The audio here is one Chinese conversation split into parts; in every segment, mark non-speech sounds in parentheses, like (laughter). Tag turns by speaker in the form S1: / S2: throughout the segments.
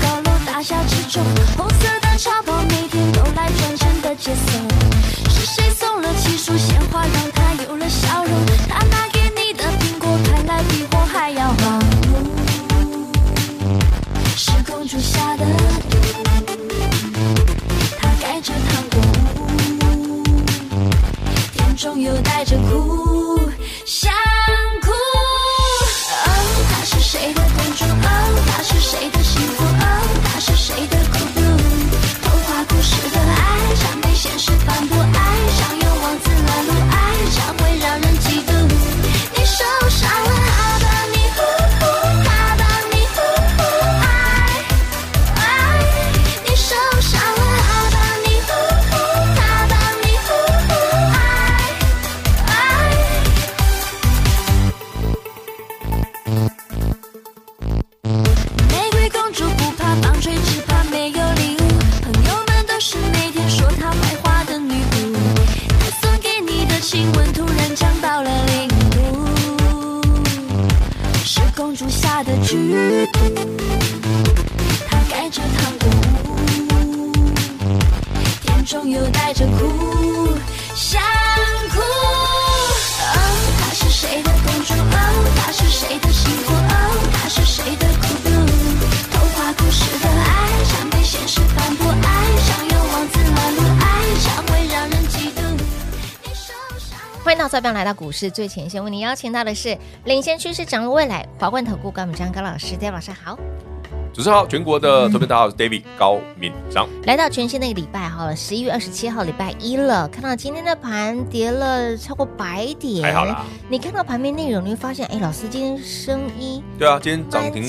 S1: 高楼大厦之中，红色的茶包每天都来专程的接送。是谁送了七束鲜花，让她有了笑容？她拿给你的苹果，看来比火还要旺。是公主下的毒，她盖着糖果屋，甜中又带着苦，想哭。哦，她是谁的公主？哦，她是谁的幸福？哦，她是谁的孤独？童话故事的爱，常被现实反驳，爱上有王子拦路，爱常会让人嫉妒。你受伤了，阿爸你呼呼，阿爸你呼呼，爱。爱，你受伤了，他把你呼呼，他把你呼呼，爱爱。玫瑰公主不怕棒槌，只怕没有礼物。朋友们都是每天说她坏话的女巫。她送给你的亲吻突然降到了零度，是公主下的剧毒。她盖着糖果屋，甜中又带着苦，想哭。哦，她是谁的公主？哦，她是谁的幸福？哦，她是谁的孤独？童话故事的爱，常被现实反驳，爱上有王子拦路，爱常会让人嫉妒。你受伤了。
S2: 欢迎到这边来到股市最前线，为您邀请到的是领先趋势、掌握未来华冠投顾高敏章高老师，大家晚上好。
S3: 主持人好，全国的投资大家好，
S2: 嗯
S3: 我是 David 高敏章。
S2: 来到全新的一个礼拜哈，十一月二十七号礼拜一了，看到今天的盘跌了超过百点，
S3: 还好啦。
S2: 你看到盘面内容，你会发现，哎，老师今天升一，
S3: 对啊，今天涨停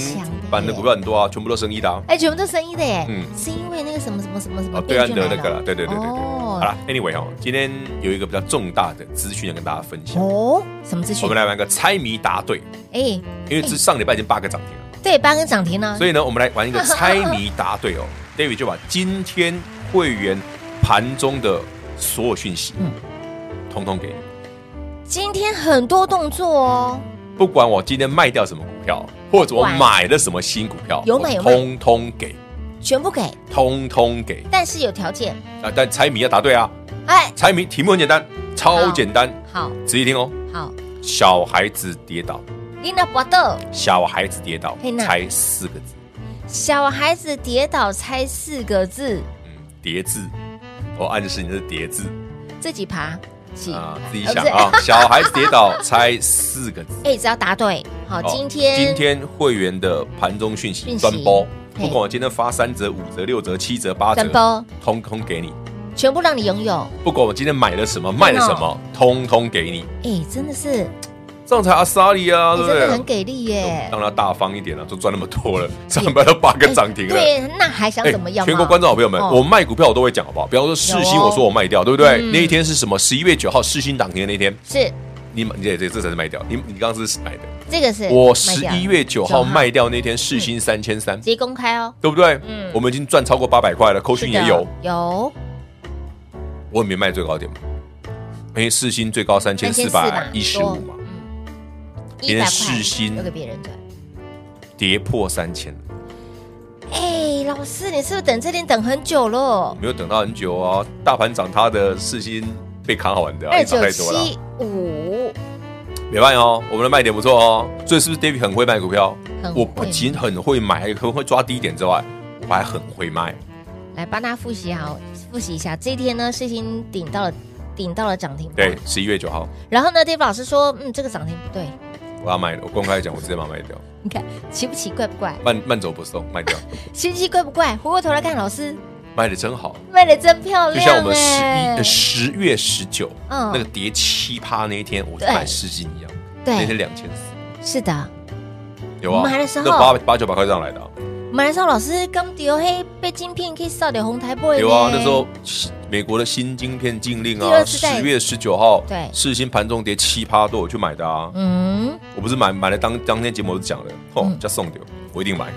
S3: 板的股票很多啊，全部都升一的啊。
S2: 哎，全部都升一的耶，
S3: 嗯
S2: 是因为那个什么什么什么什么
S3: 哦，对岸
S2: 变出来
S3: 的那个了，对对对对对。好
S2: 哦
S3: 啦 a n y w a y 哦，今天有一个比较重大的资讯要跟大家分享，
S2: 哦，什么资
S3: 我
S2: 讯
S3: 们？来玩个猜谜答对，
S2: 哎，
S3: 因为这上礼拜已经八个涨停了，
S2: 对，八根涨停呢，
S3: 所以呢，我们来玩一个猜谜答对
S2: (laughs)
S3: 哦。David 就把今天会员盘中的所有讯息，
S2: 嗯
S3: 通通给你，
S2: 今天很多动作哦，
S3: 不管我今天卖掉什么股票，或者我
S2: 管
S3: 买了什么新股票，
S2: 有买
S3: 我
S2: 有卖
S3: 通通给，
S2: 全部给，
S3: 通通给。
S2: 但是有条件，
S3: 啊，但猜谜要答对啊！
S2: 哎，
S3: 猜谜题目很简单，超简单，
S2: 好
S3: 仔细听哦。
S2: 好，
S3: 小孩子跌倒，
S2: 你那不豆，
S3: 小孩子跌倒
S2: 嘿，那
S3: 猜四个字，
S2: 小孩子跌倒猜四个字，
S3: 嗯，叠字。我暗示你是叠字
S2: 自己爬起
S3: 啊，
S2: (laughs)
S3: 自己
S2: 呃
S3: 想
S2: 不是
S3: 啊。小孩子跌倒，猜四
S2: (laughs)
S3: 个字。
S2: 哎，只要答对，好，
S3: 哦
S2: 今天
S3: 今天会员的盘中讯
S2: 讯息
S3: 息专播，
S2: 嘿
S3: 不管我今天发三折、五折、六折、七折、八折
S2: 专播，
S3: 通通给你。
S2: 全部让你拥有，
S3: 不管我今天买了什么、卖了什
S2: 哦
S3: 么，通通给你。
S2: 哎，真的是，
S3: 这样才阿莎莉啊，
S2: 你
S3: 对不
S2: 真的
S3: 对
S2: 很？给力耶，
S3: 让他大方一点了、就赚那么多了，上班都八个涨停了。
S2: 对，那还想
S3: 哎
S2: 怎么样嘛？
S3: 全国观众好朋友们，
S2: 哦
S3: 我卖股票我都会讲好不好？比方说世
S2: 有
S3: 新，
S2: 哦
S3: 我说我卖掉，对不对？
S2: 嗯
S3: 那一天是什么？十一月九号世新涨停的那天，
S2: 是
S3: 你买这这这才是卖掉。你你刚刚是买的，
S2: 这个是
S3: 我
S2: 卖
S3: 十
S2: 掉
S3: 一月九号卖掉那天世新三千三
S2: 直，接公开哦，
S3: 对不对？
S2: 嗯
S3: 我们已经赚超过八百块了，扣
S2: 是
S3: 讯
S2: 的
S3: 也有，
S2: 有
S3: 我也没卖最高点嘛，因为世新最高三千四百一十五嘛，，
S2: 一
S3: 别
S2: 百块
S3: 人试新
S2: 留给别人的。
S3: 跌破三千了，
S2: 哎，老师，你是不是等这天等很久了？
S3: 没有等到很久啊。大盘涨，它的世新被砍好玩的、啊，
S2: 二
S3: 也涨
S2: 九
S3: 太多了啊。
S2: 七五，
S3: 没办法哦，我们的卖点不错哦。所以是不是 David 很会卖股票
S2: 很？会
S3: 我不仅很会买，很会抓低点之外，我还很会卖。
S2: 来帮大家复习好，复习一下。这一天呢，事情顶到了，顶到了涨停板。
S3: 对，。十一月九号
S2: 然后呢，Dave 老师说，嗯，这个涨停不对，
S3: 我要买，我公开讲，我直接把它卖掉，
S2: 你看奇不奇，怪不怪？
S3: 慢慢走不送，卖
S2: (laughs)
S3: 掉，
S2: 奇不奇，怪不怪？回过头来看，老师
S3: 卖的真好。
S2: 卖的真漂
S3: 就
S2: 亮、欸，
S3: 像我们十一呃十月十九，
S2: 嗯
S3: 那个跌七趴那一天，我去
S2: 对
S3: 买世金一样，那天
S2: 对，
S3: 两千四，
S2: 是的，
S3: 有啊，
S2: 我们买的时候
S3: 那八八九百块这样来的啊，
S2: 马来少老师刚丢黑被晶片可以扫掉红台 boy
S3: 有啊，那时候美国的新晶片禁令
S2: 第
S3: 啊，
S2: 二次在
S3: 十月十九号，
S2: 对
S3: 世新盘中跌七趴都有去买的啊。
S2: 嗯，
S3: 我不是买买了当当天节目我就讲了，哦
S2: 嗯，
S3: 叫送掉，我一定买，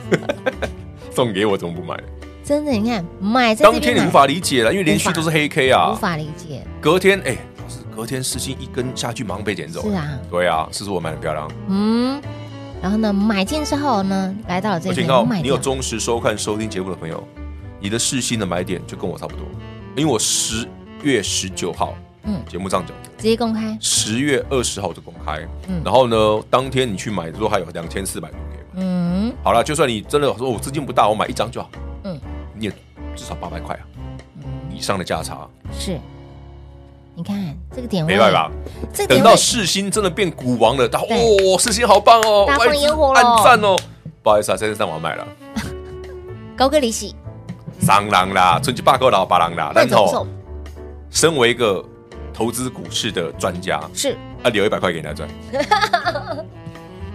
S3: (laughs) 送给我怎么不买？
S2: 真的，你看买在这
S3: 当
S2: 边
S3: 天你
S2: 买
S3: 无法理解了，因为连续都是黑 K 啊
S2: 无。法理解，
S3: 隔天，哎，老师，隔天世新一根下去，马上被捡走。
S2: 是啊，
S3: 对啊，是不是我买的漂亮？
S2: 嗯，然后呢，买进之后呢，来到了这
S3: 而且
S2: 里
S3: 你看哦，
S2: 卖
S3: 你有
S2: 掉，
S3: 忠实收看收听节目的朋友，你的世新的买点就跟我差不多，因为我十月十九号，
S2: 嗯
S3: 嗯，节目这样讲，
S2: 直接公开，
S3: 十月二十号就公开，
S2: 嗯
S3: 然后呢，当天你去买的时候还有两千四百多 K 嘛，
S2: 嗯，
S3: 好了，就算你真的说我哦资金不大，我买一张就好，
S2: 嗯
S3: 嗯，你也至少八百块啊，以上的价差，啊
S2: 是，你看这个点位，
S3: 没办法，
S2: 这个
S3: 等
S2: 点位
S3: 到世新真的变股王了，大家
S2: 对
S3: 哦，世新好棒哦，
S2: 大放
S3: 外资
S2: 烟火咯
S3: 按赞哦，不好意思啊，三十三我要卖了。
S2: 高歌离席，
S3: 三人啦，存一百个老八人啦，
S2: 换
S3: 但是
S2: 走
S3: 哦
S2: 手
S3: 身为一个投资股市的专家，
S2: 是
S3: 啊，留一百块给人家赚，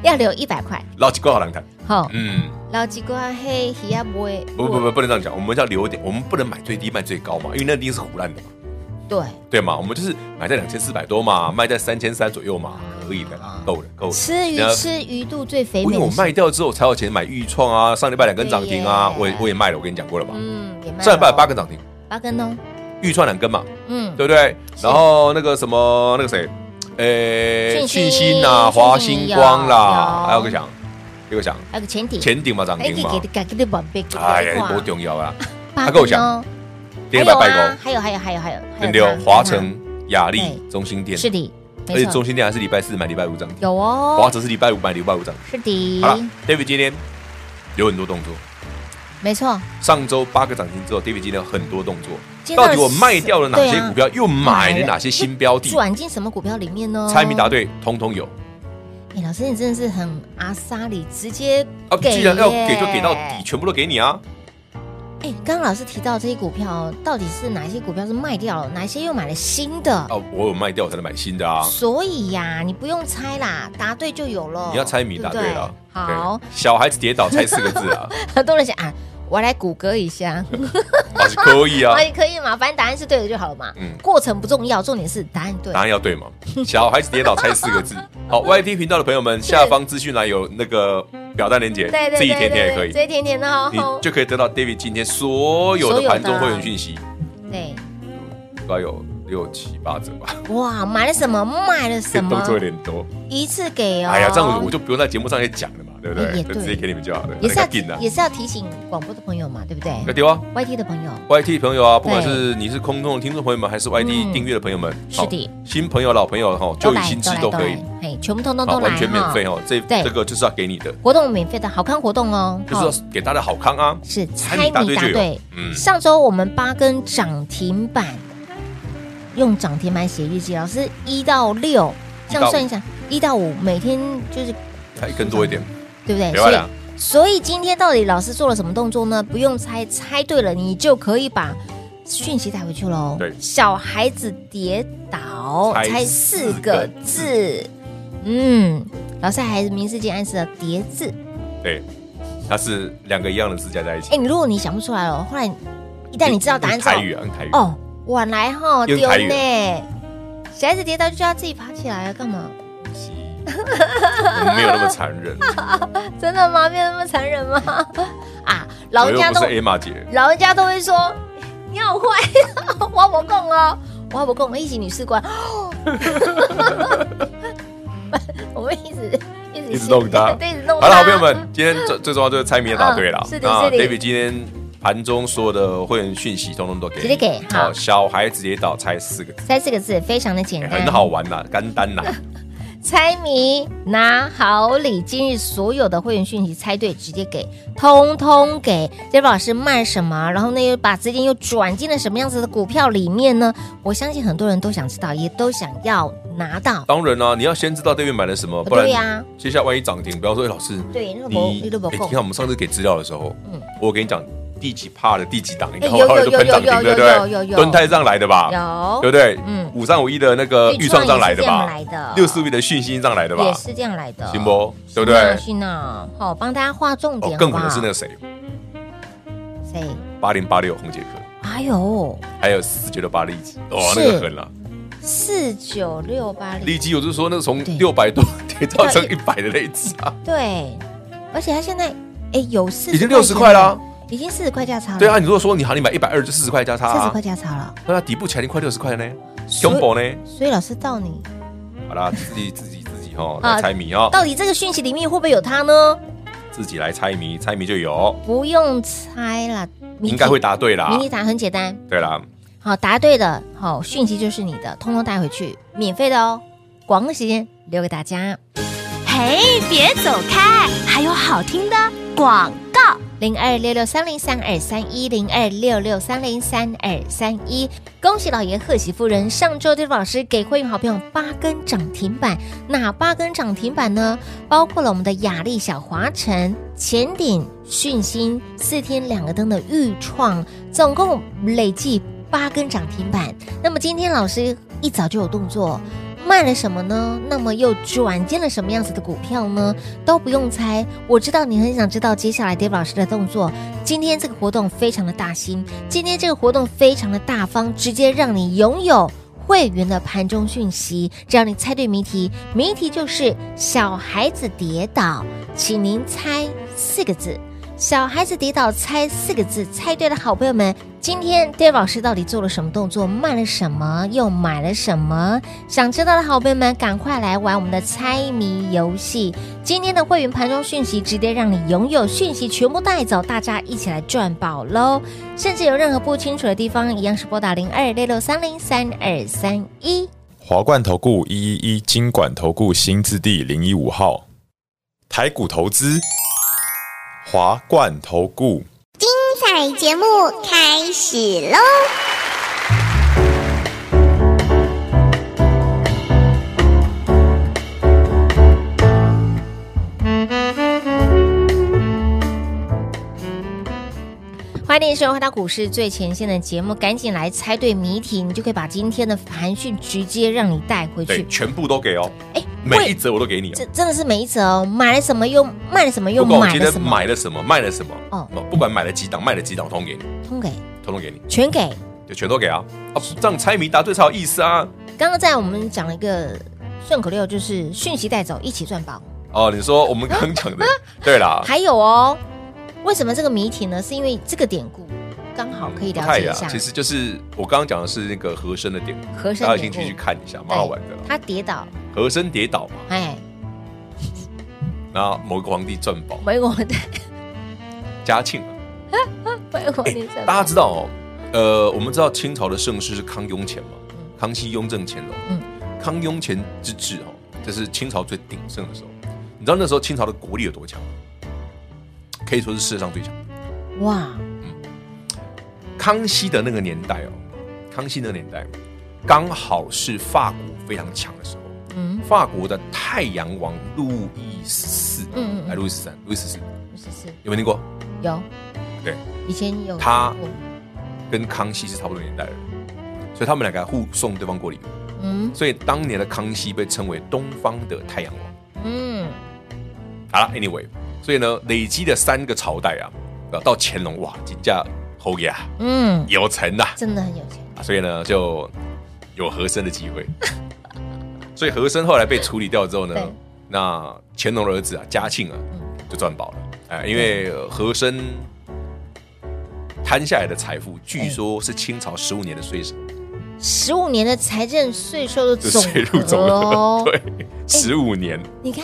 S2: 要留一百块，
S3: 捞几个好难谈。
S2: 好，
S3: 嗯，
S2: 老几瓜黑黑鸭啊不会，
S3: 不不不，不能这样讲，我们要留一点，我们不能买最低卖最高嘛，因为那一定是胡乱的嘛，
S2: 对，
S3: 对嘛？我们就是买在两千四百多嘛，卖在三千三左右嘛，可以的啦，够了够了。
S2: 吃鱼
S3: 人家
S2: 吃鱼肚最肥
S3: 因
S2: 美
S3: 为
S2: 的
S3: 我
S2: 是，
S3: 卖掉之后才有钱买豫创啊，上礼拜两根涨停啊，
S2: 对
S3: 我
S2: 耶
S3: 也我也卖了，我跟你讲过了嘛，
S2: 嗯，也卖
S3: 上礼拜
S2: 了哦
S3: 八根涨停，
S2: 八根哦，
S3: 豫创两根嘛，
S2: 嗯，
S3: 对不对？然后那个什么那个谁，呃，
S2: 讯
S3: 讯
S2: 息
S3: 息呐，
S2: 讯息
S3: 华星光
S2: 有
S3: 啦，还有个想，有个想，
S2: 还有个前提，
S3: 前顶嘛，涨
S2: 哎，给
S3: 停嘛
S2: 给，给给你宝贝，给哎
S3: 哎
S2: 给
S3: 呀，
S2: 看
S3: 多重要啊！
S2: 八
S3: 还够
S2: 根
S3: 想
S2: 哦，
S3: 跌一百拜
S2: 啊
S3: 公，，
S2: 还有还有还有还有，还
S3: 对
S2: 有
S3: 不对？
S2: 它
S3: 华城、雅
S2: 嗯对
S3: 丽、中心店，
S2: 是的，
S3: 而且
S2: 没错
S3: 中，心店还是礼拜四买，礼拜五涨停。
S2: 有
S3: 华
S2: 哦，
S3: 城是礼拜五买，礼拜五涨停。
S2: 是
S3: 好了
S2: 的，
S3: ，David 今天有很多动作，
S2: 没错，
S3: 上周八个涨停之后，David 今天有很多动作。
S2: 今天
S3: 到底我卖掉了哪
S2: 对
S3: 些
S2: 啊
S3: 股票，又买了哪些新标的？
S2: 转进什么股票里面呢？
S3: 猜谜答。对，通通有。
S2: 哎，老师，你真的是很阿莎里，直接
S3: 啊，
S2: 给
S3: 既然要给就
S2: 耶
S3: 给到底，全部都给你啊！
S2: 哎，刚刚老师提到这些股票，到底是哪些股票是卖掉了，哪些又买了新的？
S3: 啊，我有卖掉我才能买新的啊！
S2: 所以呀，你不用猜啦，答对就有了。
S3: 你要猜谜答
S2: 对
S3: 对
S2: 不对
S3: 了。
S2: 好，
S3: 对，小孩子跌倒猜四个字啊，
S2: 很多人想啊，我来谷歌一下，
S3: 啊是可以啊
S2: 啊，，也可以嘛，反正答案是对的就好了嘛。
S3: 嗯
S2: 过程不重要，重点是答案对
S3: 答。案要对嘛？小孩子跌倒猜四个字。好，YT 频道的朋友们，下方资讯栏有那个表单连接，
S2: (laughs) 对对
S3: 自己
S2: 对
S3: 填填也可
S2: 对，
S3: 以，
S2: 最甜甜的
S3: 你
S2: 哦。
S3: 就可以得到 David 今天所有
S2: 所有
S3: 的
S2: 的
S3: 盘中会员讯息，
S2: 对，
S3: 大概有六七八折吧，
S2: 哇，买了什么？卖了
S3: (laughs)
S2: 什么
S3: 动？作有点多。
S2: 一次给哦。
S3: 哎呀，这样我就不用在节目上也讲了嘛，对不
S2: 哎也
S3: 对？
S2: 对
S3: 就直接给你们就好了，
S2: 也是
S3: 那个劲
S2: 要
S3: 啊，
S2: 也是要提醒广播的朋友嘛，对不对
S3: 那丢啊！
S2: ？YT 的朋友，
S3: YT 朋友啊，不管是你是空中的听众朋友们，还是
S2: 嗯
S3: YT 订阅的朋友们，
S2: 是的
S3: 好新朋友、老朋友哈，
S2: 都
S3: 旧与
S2: 来
S3: 新知
S2: 都来
S3: 都
S2: 都
S3: 可以
S2: 来，，嘿，全部通通
S3: 好，
S2: 都来
S3: 完全免
S2: 哈
S3: 费哦。这
S2: 对
S3: 这个就是要给你的，
S2: 活动免费的好康活动哦，
S3: 就是
S2: 好
S3: 要给大家好康啊。
S2: 是猜
S3: 猜谜答
S2: 谜
S3: 对
S2: 答
S3: 就有
S2: 对。
S3: 嗯
S2: 上周我们八根涨停板，用涨停板写日记，老师一到六，这样
S3: 一到五
S2: 算一下，一到五每天就是
S3: 还更多一点，
S2: 对不对？
S3: 别忘了
S2: 所以所以今天到底老师做了什么动作呢？不用猜，猜对了你就可以把讯息带回去喽。
S3: 对
S2: 小孩子跌倒，
S3: 猜
S2: 猜四个字，嗯，老师还明示间暗示了叠字。
S3: 对，它是两个一样的字加在一起
S2: 哎，。你如果你想不出来哦，后来一旦你知道答案
S3: 用
S2: 之后
S3: 台，语啊，用台语
S2: 哦，晚来哈
S3: 用
S2: 丢
S3: 台语
S2: 呢，小孩子跌倒就叫他自己爬起来啊，干嘛？ (laughs)
S3: 是我嗯们没有那么残忍，
S2: 真的吗？没有那么残忍吗？ (laughs) 啊， (laughs) 老
S3: 我
S2: 人
S3: 又
S2: 家
S3: 不
S2: 都
S3: 是 A 玛姐，
S2: 老人家都会说你好坏， (laughs) 我不供哦，我不供，一起女士官， (laughs) 我们一直一直
S3: 一直弄他
S2: 对，一直弄
S3: 好
S2: 他。
S3: 了，好朋友们，今天最最重要就是猜谜要答对了
S2: 嗯。是的
S3: 那
S2: 是的
S3: David 今天盘中所有的会员讯息，通通都给你，
S2: 直接给好嗯
S3: 好，小孩子跌倒猜四个字，
S2: 猜四个字非常的简
S3: 哎
S2: 单，
S3: 很好玩呐，干单
S2: (laughs)
S3: 呐，
S2: 猜谜拿好礼，今日所有的会员讯息猜对，直接给，通通给。杰宝老师卖什么？然后呢，又把资金又转进了什么样子的股票里面呢？我相信很多人都想知道，也都想要拿到。
S3: 当然啦、啊你要先知道 David 买了什么，不
S2: 对
S3: 然
S2: 呀
S3: 接下来万一涨停，不要说、哎老师，
S2: 对那个不
S3: 你
S2: 那个不
S3: 哎
S2: 够
S3: 你看我们上次给资料的时候，
S2: 嗯
S3: 我跟你讲第几趴的第几档，哦
S2: 哎
S3: 然后后来就喷涨停，
S2: 有有
S3: 对不
S2: 有有有有
S3: 对？蹲泰上来的吧，对
S2: 有，
S3: 不对？
S2: 嗯
S3: 嗯，五三五一的那个
S2: 豫
S3: 预
S2: 创
S3: 算
S2: 也
S3: 上
S2: 是
S3: 来的
S2: 这样
S3: 吧
S2: 来的，
S3: 六四五的讯息上来的吧
S2: 也，是这样来的，
S3: 行不？对不
S2: 啊是啊
S3: 对？
S2: 是呢，好，帮大家画重
S3: 哦
S2: 点，，
S3: 更可能是那
S2: 好
S3: 个谁，
S2: 谁？
S3: 八零八六红杰克，
S2: 哎呦，
S3: 还有四九六八利基，哇，
S2: 是
S3: 哦那个狠了。
S2: 四九六八零，
S3: 利基，我就说那从
S2: 对
S3: 六百多 (laughs) 跌到剩
S2: 对
S3: 一百的那一次啊，
S2: 对，而且它现在哎有四，
S3: 已经60块了啊，
S2: 已经四十块价差了，
S3: 对啊，，你如果说你好，你买一百二就四十块加差
S2: 四十
S3: 啊
S2: 块，价差了，
S3: 那它底部起来已经快六十块呢，
S2: 所以
S3: 中博呢？
S2: 所以老师到你
S3: 好啦，自己自己自己哈
S2: 啊
S3: 来猜谜哦，
S2: 到底这个讯息里面会不会有它呢？
S3: 自己来猜谜，猜谜就有，
S2: 不用猜啦，
S3: 你应该会答对啦
S2: 迷。你答很简单，
S3: 对啦，
S2: 好，答对的，好，讯息就是你的，通通带回去，免费的哦。广告时间留给大家。
S1: 嘿，别走开，还有好听的广告。
S2: 零二六六三零三二三一零二六六三零三二三一。恭喜老爷，贺喜夫人！上周的老师给会员好朋友八根涨停板，哪八根涨停板呢？包括了我们的雅丽、小华晨、前鼎、讯星，四天两个灯的预创，总共累计八根涨停板。那么今天老师一早就有动作。卖了什么呢？那么又转进了什么样子的股票呢？都不用猜，我知道你很想知道接下来 Dave 老师的动作。今天这个活动非常的大心，今天这个活动非常的大方，直接让你拥有。会员的盘中讯息，只要你猜对谜题，谜题就是小孩子跌倒，请您猜四个字。小孩子跌倒，猜四个字，猜对的好朋友们，今天 Dave 老师到底做了什么动作，卖了什么，又买了什么？想知道的好朋友们，赶快来玩我们的猜谜游戏。今天的会员盘中讯息直接让你拥有讯息全部带走，大家一起来赚宝喽！甚至有任何不清楚的地方，一样是拨打零二六六三零三二三一。
S4: 华冠投顾一一一金管投顾新字第零一五号，台股投资，华冠投顾。
S5: 彩节目开始喽！
S2: 欢迎收回到股市最前线的节目，赶紧来猜对谜题，你就可以把今天的盘讯直接让你带回
S3: 对，
S2: 去。
S3: 全部都给哦，
S2: 哎，
S3: 每
S2: 会
S3: 一则我都给你哦
S2: 这。真的是每一折哦，买了什么又卖了什么又
S3: 不管我
S2: 买
S3: 今
S2: 了
S3: 天
S2: 什么，
S3: 买了什么，卖了什么，
S2: 哦
S3: 哦，不管买了几档，卖了几档，我通给你，
S2: 通给
S3: 通通给你，
S2: 全给。
S3: 就全都给啊！啊，这样猜谜答对才有意思啊！
S2: 刚刚在我们讲了一个顺口溜，就是讯息带走，一起赚宝。
S3: 哦，你说我们刚讲
S2: 啊
S3: 的，对啦，
S2: 还有哦，为什么这个谜题呢？是因为这个典故刚好可以
S3: 嗯不
S2: 了
S3: 太
S2: 解
S3: 一
S2: 一
S3: 样
S2: 下。
S3: 其实就是我刚刚讲的是那个和珅的典故，
S2: 和珅
S3: 大家有
S2: 典
S3: 兴
S2: 故
S3: 趣去看一下，
S2: 对
S3: 蛮好玩的啦。
S2: 他跌倒，
S3: 和珅跌倒嘛，
S2: 哎，嗯
S3: 然后某个皇帝赚宝，
S2: 回国的
S3: 嘉庆啊。
S2: (laughs) 回国女神，
S3: 大家知道哦，呃，我们知道清朝的盛世是康雍乾嘛，康熙、雍正、乾隆。
S2: 嗯
S3: 康雍乾之治哦，这是清朝最鼎盛的时候。你知道那时候清朝的国力有多强吗？可以说是世界上最强。
S2: 哇，
S3: 康熙的那个年代哦，康熙那个年代哦刚好是法国非常强的时候。
S2: 嗯
S3: 法国的太阳王路易十四，
S2: 嗯嗯
S3: 还路易十三，路易十
S2: 是
S3: 四
S2: 是
S3: 有没有听过？
S2: 有，
S3: 对，
S2: 以前有
S3: 他
S2: 过
S3: 跟康熙是差不多年代的人，所以他们两个互送对方国礼物。
S2: 嗯
S3: 所以当年的康熙被称为东方的太阳王。
S2: 嗯，
S3: 好了，anyway，所以呢，累积的三个朝代啊，呃，到乾隆哇，金价侯爷啊，
S2: 嗯，
S3: 有成呐、
S2: 真的很有钱，
S3: 啊所以呢就有和珅的机会。 (laughs) 所以和珅后来被处理掉之后呢
S2: 对，
S3: 那乾隆的儿子啊，嘉庆啊
S2: 嗯，
S3: 就赚饱了，哎，因为呃和珅摊下来的财富，据说是清朝十五年的税收，
S2: 十五年的财政税收的
S3: 就
S2: 总
S3: 税入
S2: 和
S3: 总
S2: 哦
S3: 额，， (laughs) 对，十五年。
S2: 你看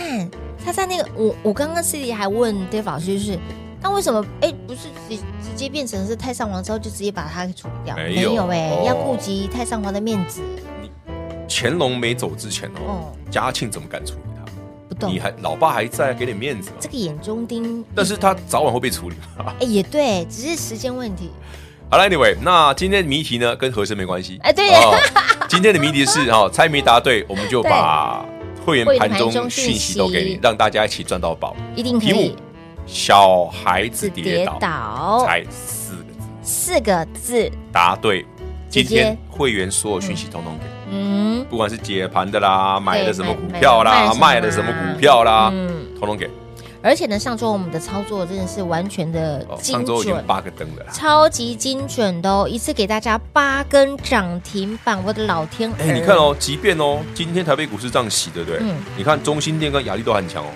S2: 他在那个，我我刚刚私底下还问 Dave 老师，就是那为什么哎不是直直接变成是太上皇之后就直接把他给处理掉？
S3: 没
S2: 没
S3: 有
S2: 有哎、
S3: 哦
S2: 要顾及太上皇的面子，
S3: 乾隆没走之前哦
S2: 哦，
S3: 嘉庆怎么敢处理他？
S2: 不懂
S3: 你还老爸还在，给点面子嘛。
S2: 这个眼中钉。
S3: 但是他早晚会被处理嘛。 (laughs)
S2: 哎、也对，只是时间问题。
S3: 好了，Anyway，那今天的谜题呢跟和珅没关系。
S2: 哎对
S3: 哦，今天的谜题是哦，猜谜答对，我们就把会员
S2: 会员
S3: 盘
S2: 盘
S3: 中
S2: 中
S3: 讯
S2: 讯
S3: 息
S2: 息
S3: 都给你，让大家一起赚到宝。
S2: 一定可
S3: 题目
S2: 以。：
S3: 小孩子跌
S2: 跌
S3: 倒，
S2: 倒
S3: 猜四个字，
S2: 四个字，
S3: 答对。
S2: 直接
S3: 今天会员所有讯息通通给，
S2: 嗯，
S3: 不管是解盘的啦，买的什
S2: 买
S3: 么股票啦，
S2: 买
S3: 卖
S2: 了
S3: 的
S2: 什
S3: 什
S2: 么
S3: 么
S2: 啊
S3: 股票啦，
S2: 嗯
S3: 通通给。
S2: 而且呢，上周我们的操作真的是完全的
S3: 哦，
S2: 精
S3: 上周已
S2: 准
S3: 经，八个灯了啦。
S2: 超级精准的哦，一次给大家八根涨停板，我的老天儿！
S3: 哎，你看，哦，即便哦，今天台北股市这样洗，对不对？
S2: 嗯
S3: 你看中心店跟雅力都很强哦，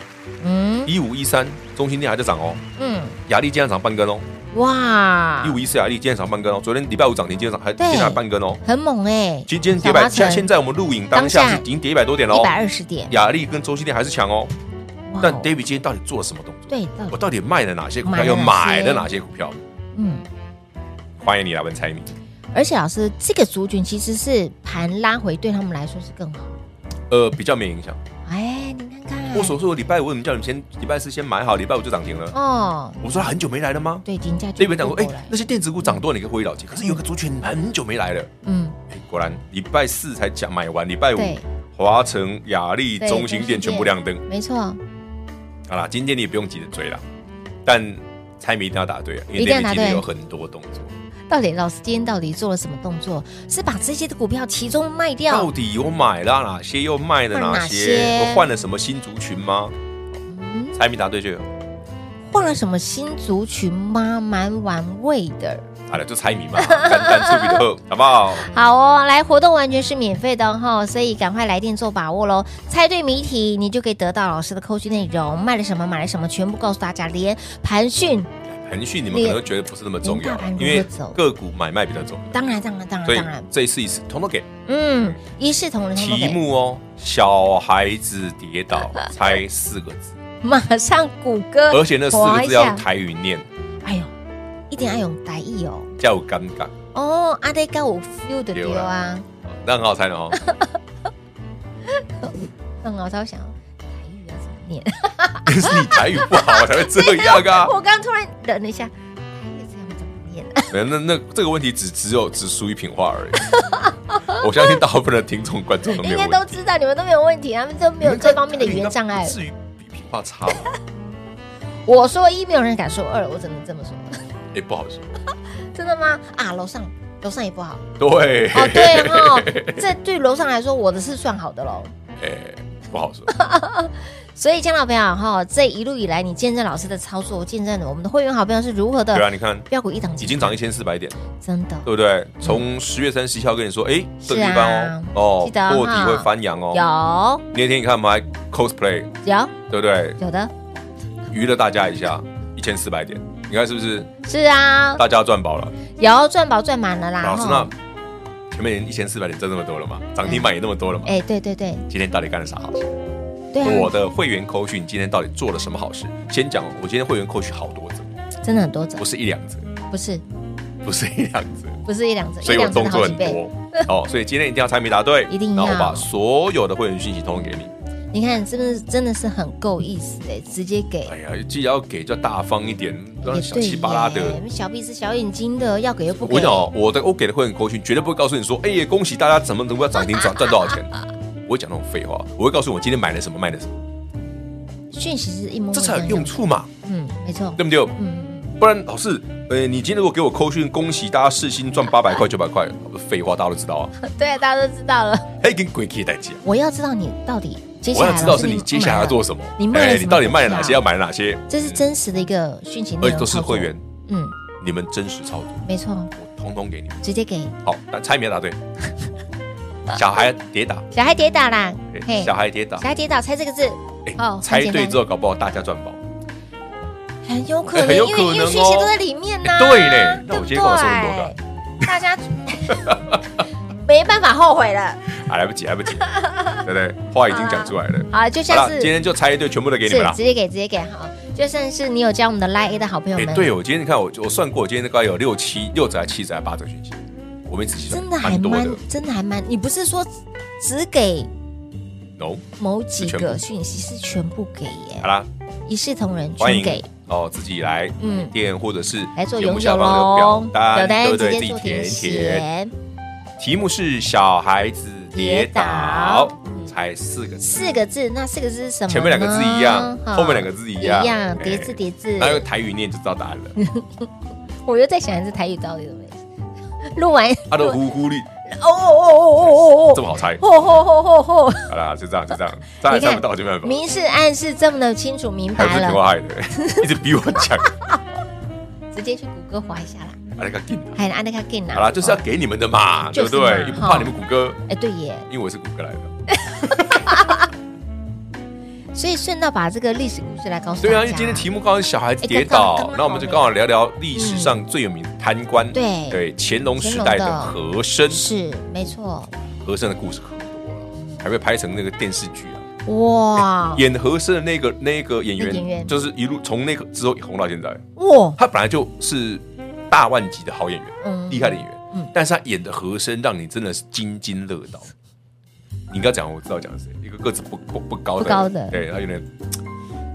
S2: 嗯
S3: 一五一三，中心店还在涨哦，
S2: 嗯，
S3: 雅力今天涨半根哦，
S2: 哇
S3: 一，五一四雅力今天涨半根哦，昨天礼拜五涨停，今天涨还
S2: 啊对
S3: 今天还半根哦。
S2: 很猛哎、
S3: 今天跌
S2: 小
S3: 百，
S2: 麻
S3: 现
S2: 城
S3: 现在我们录影当下
S2: 当下
S3: 是已经跌一百多点了
S2: 1一
S3: 哦。
S2: 百二十点，
S3: 雅力跟中心店还是强哦，
S2: 哇哦
S3: 但 David 今天到底做了什么动作？
S2: 对到
S3: 我
S2: 底
S3: 到底卖了哪些股票，
S2: 买了
S3: 又
S2: 哪
S3: 买
S2: 些
S3: 了哪些股票？
S2: 嗯，
S3: 欢迎你来问猜谜。
S2: 而且老师这个族群其实是盘拉回，对他们来说是更好。
S3: 呃，比较没影响。
S2: 哎，你看看，
S3: 我所说的礼拜五，我们叫你们先礼拜四先买好，礼拜五就涨停了。
S2: 哦，
S3: 我说很久没来了吗？
S2: 对，金价就
S3: 那边讲说，
S2: 过
S3: 哎
S2: 来，
S3: 那些电子股涨多，你可以回了解。可是有个族群很久没来了，
S2: 嗯，
S3: 哎，果然礼拜四才讲买完，礼拜五
S2: 对
S3: 华城、雅力、
S2: 对
S3: 中兴店全部亮灯。
S2: 没错，
S3: 好啦，今天你也不用急着追了，但猜谜一定要答对啊，因
S2: 一
S3: 为
S2: 定要
S3: 那
S2: 答对
S3: 边今天有很多动作，
S2: 到底老师今天到底做了什么动作？是把这些的股票其中卖
S3: 到
S2: 掉？
S3: 底有买了哪些，又卖了哪
S2: 换哪
S3: 些
S2: 些，
S3: 换了什么新族群吗？
S2: 嗯，
S3: 猜谜答对就有。
S2: 换了什么新族群吗？蛮玩味的。
S3: 好了，就猜谜嘛， (laughs) 单单出比的后，好不好？
S2: 好哦，来活动完全是免费的哈、所以赶快来电做把握喽！猜对谜题，你就可以得到老师的扣讯内容，卖了什么，买了什么，全部告诉大家，连盘讯，
S3: 腾讯你们可能觉得不是那么重
S2: 连
S3: 要啊
S2: 大盘，如何
S3: 因为
S2: 走
S3: 个股买卖比较重要，
S2: 当然，当然，当然，
S3: 所以
S2: 当然，
S3: 这一次一次统统给
S2: 嗯，一视同仁，通通
S3: 题
S2: 给
S3: 目哦。小孩子跌倒，猜四个字，
S2: 马上谷歌，
S3: 而且那四个字要用
S2: 台，
S3: 台语念，
S2: 哎呦，一定要用台语哦。
S3: 叫尴
S2: (laughs)
S3: 尬，
S2: 哦，阿呆跟我 feel 的
S3: 对
S2: 丢啊，
S3: 那很好猜的哦。 (laughs)
S2: 嗯，我超想台语啊要怎么念？
S3: 可是你台语不好才会这样啊。
S2: (laughs) 我刚突然忍了一下，台语这样怎么念？
S3: 没有那那这个问题只只有只属于品话而已。 (laughs) 我相信大部分的听众观众都没
S2: 应
S3: 有
S2: 该
S3: 问
S2: 都
S3: 题，
S2: 知道，你们都没有问题，他们都没有这方面的语言障碍
S3: 不。至于比品话差吧？
S2: 我说一，没有人敢说二，我只能这么说。
S3: (laughs) (laughs) 也不好说。
S2: 真的吗？啊，楼上楼上也不
S3: (laughs)
S2: 好
S3: 对，
S2: 哦，对哦，这对楼上来说，我的是算好的喽。
S3: 哎，不好说。
S2: 所以，亲爱的朋友哈，这一路以来，你见证老师的操作，见证了我们的会员好朋友是如何
S3: 对啊，
S2: 的
S3: 你看
S2: 标股一档接
S3: 已
S2: 一档
S3: 经涨一千四百点，
S2: 真的
S3: 对不对？从十月三十一号跟你说，哎，这个地
S2: 嗯啊
S3: 方哦，
S2: 记得
S3: 哦，
S2: 哈
S3: 破底会翻阳哦。
S2: 有
S3: 那天你看我们还 cosplay，
S2: 有
S3: 对不对？
S2: 有的，
S3: 娱乐大家一下，一千四百点，你看是不是？
S2: 是啊，
S3: 大家赚饱了。
S2: 有赚饱赚满了啦。
S3: 老师，
S2: 哈
S3: 那前面一千四百点赚那么多了嘛，涨停板也那么多了嘛，
S2: 哎，对对对
S3: 今天到底干了啥好事？
S2: 对
S3: 我
S2: 啊，
S3: 的会员扣讯今天到底做了什么好事？先讲哦，我今天会员扣讯好多则，
S2: 真的很多折
S3: 不，是一两则，
S2: 不是
S3: 不是一两则，
S2: 不是一两折，
S3: 所以
S2: 一
S3: 我
S2: 两折
S3: 动
S2: 的
S3: 作
S2: 好几
S3: 很
S2: 倍。
S3: 多哦，所以今天一定要猜谜答对，
S2: 一定要
S3: 然后我把所有的会员讯息通通给你。
S2: 你看，是不是真的是很够意思哎？直接给。
S3: 哎呀，既然要给就大方一点，不
S2: 也
S3: 然小
S2: 对
S3: 气巴拉
S2: 耶
S3: 的。，
S2: 小鼻子小眼睛的，要给又不
S3: 我
S2: 给。
S3: 跟你讲哦，我的我给的会员扣讯绝对不会告诉你说，哎呀，恭喜大家怎么怎
S2: (laughs)
S3: 么涨停涨赚多少钱，我会讲那种废话，我会告诉你我今天买了什么卖了什么，
S2: 讯息是一模模一样
S3: 这才有用。处嘛，
S2: 嗯，没错。
S3: 对不对？
S2: 嗯，
S3: 不然老师，呃，你今天如果给我扣讯，恭喜大家世新赚八百块、九百块，废话大家都知道
S2: (laughs)
S3: 啊，
S2: (laughs) 对啊，大家都知道了。
S3: 还跟鬼可以代价。
S2: 我要知道你到底接下
S3: 啊我
S2: 来
S3: 要知道
S2: 老师
S3: 是你接下来要做什么，
S2: 你卖了
S3: 哎
S2: 什么
S3: 你到底卖了哪些，
S2: 股票
S3: 要买了哪些，
S2: 这是真实的一个讯息内容，
S3: 而哎且都是会员。，
S2: 嗯，
S3: 你们真实操作，
S2: 没错，
S3: 我通通给你们。
S2: 直接给
S3: 好，那猜谜答对， (laughs) 小孩跌倒，
S2: 小孩跌倒啦
S3: 哎。
S2: 嘿，
S3: 小
S2: 小
S3: 孩跌倒，
S2: 孩跌倒，猜这个字
S3: 哎
S2: 哦很
S3: 猜
S2: 简
S3: 对
S2: 单
S3: 之后，搞不好大家赚饱。
S2: 很有可
S3: 哎
S2: 能，
S3: 很有
S2: 因为
S3: 可能
S2: 因为
S3: 哦
S2: 讯息都在里面呐。
S3: 哎对嘞那
S2: 对
S3: 我
S2: 不
S3: 今天干嘛收那么多
S2: 对？大家没办法后悔了。
S3: 啊，来不及，来不及，对不对？话已经讲出来了。
S2: (laughs) 好，就
S3: 好
S2: 像
S3: 了，
S2: 是
S3: 今天就猜对，全部都给你们
S2: 是
S3: 了
S2: 直。接给直接给好，就算是你有加我们的 Line A 的好朋友
S3: 哎
S2: 们，，
S3: 对哦，我今天你看我我算过，我今天大概有六七六折、还七折、还八折讯息，我们仔细算，
S2: 真的还
S3: 蛮多
S2: 蛮
S3: 的。
S2: 真的还蛮，你不是说只给
S3: no，
S2: 某几
S3: 是全
S2: 个
S3: 部
S2: 讯息，是全部给耶
S3: 好，啦，
S2: 一视同仁，
S3: 欢
S2: 全
S3: 迎
S2: 给。
S3: 哦，自己来
S2: 嗯
S3: 店或者是
S2: 来做
S3: 节
S2: 拥有
S3: 目下方的
S2: 喽
S3: 表，单，
S2: 表单
S3: 对不
S2: 直
S3: 对？
S2: 接
S3: 自己
S2: 做填
S3: 填一填。
S2: 写，
S3: 题目是小孩子跌倒
S2: 跌倒嗯，
S3: 才四个字，
S2: 四个字，那四个字是什么呢？
S3: 前面两个字一样，
S2: 好
S3: 后面两个字一样，
S2: 一样，
S3: 哎
S2: 叠字叠字。
S3: 那用台语念就知道答案了。 (laughs)
S2: 我又在想，这台语到底怎么回事？录完 (laughs)
S3: 啊他的呼呼力，
S2: 哦哦哦哦
S3: 这
S2: 哦
S3: 么
S2: (laughs)
S3: 好猜
S2: 哦，。吼吼吼吼吼！
S3: 好啦，就这样，就这样，再来
S2: 你看
S3: 猜不到就没办法。
S2: 明示暗示这么的清楚明
S3: 还有
S2: 白
S3: 这牛
S2: 了，
S3: 害的， (laughs) 一直比我强，
S2: 直接去谷歌划一下啦。
S3: 啊那个劲啊。
S2: 还有安德卡给拿，
S3: 好啦，就是要给你们的嘛，对
S2: 就是
S3: 不对？
S2: 嘛
S3: 又不
S2: 哈
S3: 怕你们谷歌，
S2: 哦哎，对耶，
S3: 因为我是谷歌来的。
S2: 所以顺道把这个历史故事来告诉
S3: 对
S2: 大
S3: 啊，因为
S2: 家
S3: 今天题目刚好是小孩子
S2: 哎
S3: 跌
S2: 刚刚
S3: 倒
S2: 刚，
S3: 那我们就刚好聊聊历史
S2: 嗯
S3: 上最有名的贪官，
S2: 对
S3: 对，乾隆时代
S2: 乾
S3: 的
S2: 隆
S3: 和珅，
S2: 是没错，
S3: 和珅的故事可多了，还被拍成那个电视剧啊。
S2: 哇
S3: 演和珅的那个那个演员，
S2: 哦那演员
S3: 就是一路从那个之后红到现在，
S2: 哇，
S3: 他本来就是大腕级的好演员，
S2: 嗯
S3: 厉害的演员，
S2: 嗯
S3: 但是他演的和珅让你真的是津津乐道。你刚讲，我知道讲谁，一个个子不不不高的，
S2: 不高的
S3: 对他有点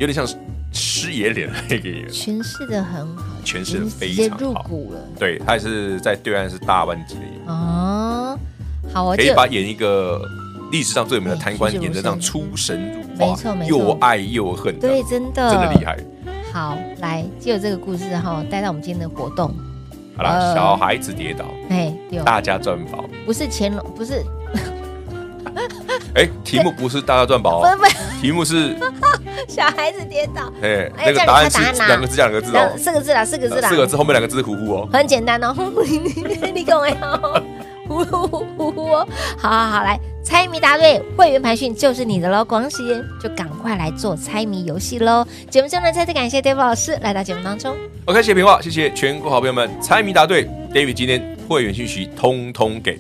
S3: 有点像师爷脸的那个演员，
S2: 诠释的很好，
S3: 诠释得
S2: 已经
S3: 非
S2: 嗯直接
S3: 常
S2: 入
S3: 好
S2: 股了
S3: 对他也是在对岸是大腕级的演员，
S2: 哦。好，我
S3: 可
S2: 就
S3: 以把演一个历史上最有名的贪官
S2: 哎栩栩
S3: 演
S2: 如
S3: 得
S2: 生
S3: 让出神入化，
S2: 没错没错
S3: 又爱又恨，
S2: 对，真的
S3: 真的厉害。
S2: 好，来，借由这个故事哈，带到我们今天的活动。
S3: 好啦，
S2: 呃
S3: 小孩子跌倒，
S2: 哎，有，
S3: 大家赚宝。
S2: 不是乾隆，不是，
S3: 哎，题目不是大家赚宝
S2: 不是，
S3: 哦，
S2: 不是，
S3: 题目是
S2: 小孩子跌倒，
S3: 哎，
S2: 哎
S3: 那
S2: 叫
S3: 个
S2: 你
S3: 答案
S2: 猜答案
S3: 是
S2: 啦
S3: 两个字加两个字
S2: 然后
S3: 哦，
S2: 四个字啦，四个字
S3: 呃
S2: 啦，
S3: 四个字后面两个字是呼呼哦。
S2: 很简单哦， (laughs) 你你你跟我哦，呼呼呼呼哦，好好好，来猜谜答对，会员培训就是你的喽，广喜就赶快来做猜谜游戏喽！节目中呢，再次感谢 David 老师来到节目当中，
S3: OK，谢谢平话，谢谢全国好朋友们猜谜答对，David 今天会员讯息通通给。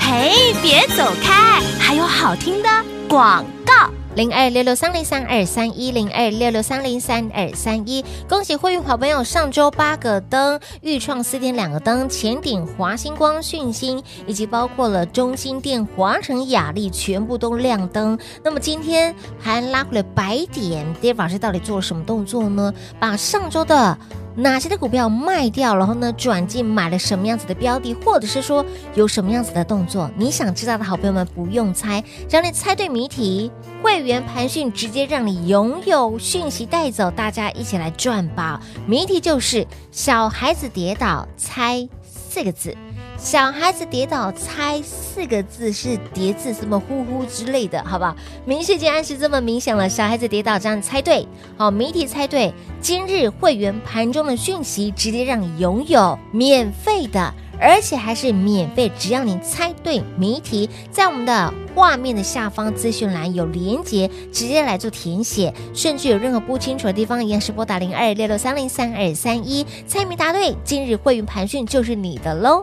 S1: 嘿，别走开，还有好听的广告。
S2: 零二六六三零三二三一零二六六三零三二三一，恭喜会员好朋友上周八个灯，预创四点两个灯，前顶华星光、讯星，以及包括了中心店、华城、雅丽，全部都亮灯。那么今天还拉回了白点，Dave 老师到底做了什么动作呢？把上周的哪些的股票卖掉，然后呢转进买了什么样子的标的，或者是说有什么样子的动作？你想知道的好朋友们不用猜，只要你猜对谜题，会员盘讯直接让你拥有讯息带走，大家一起来赚吧。谜题就是小孩子跌倒，猜四个字。小孩子跌倒，猜四个字是叠字，什么呼呼之类的，好不好？明示已经暗示这么明显了，小孩子跌倒，这样猜对，好，谜题猜对，今日会员盘中的讯息直接让你拥有免费的，而且还是免费，只要你猜对谜题，在我们的画面的下方资讯栏有连接，直接来做填写，甚至有任何不清楚的地方，也是拨打零二六六三零三二三一，猜谜答对，今日会员盘讯就是你的喽。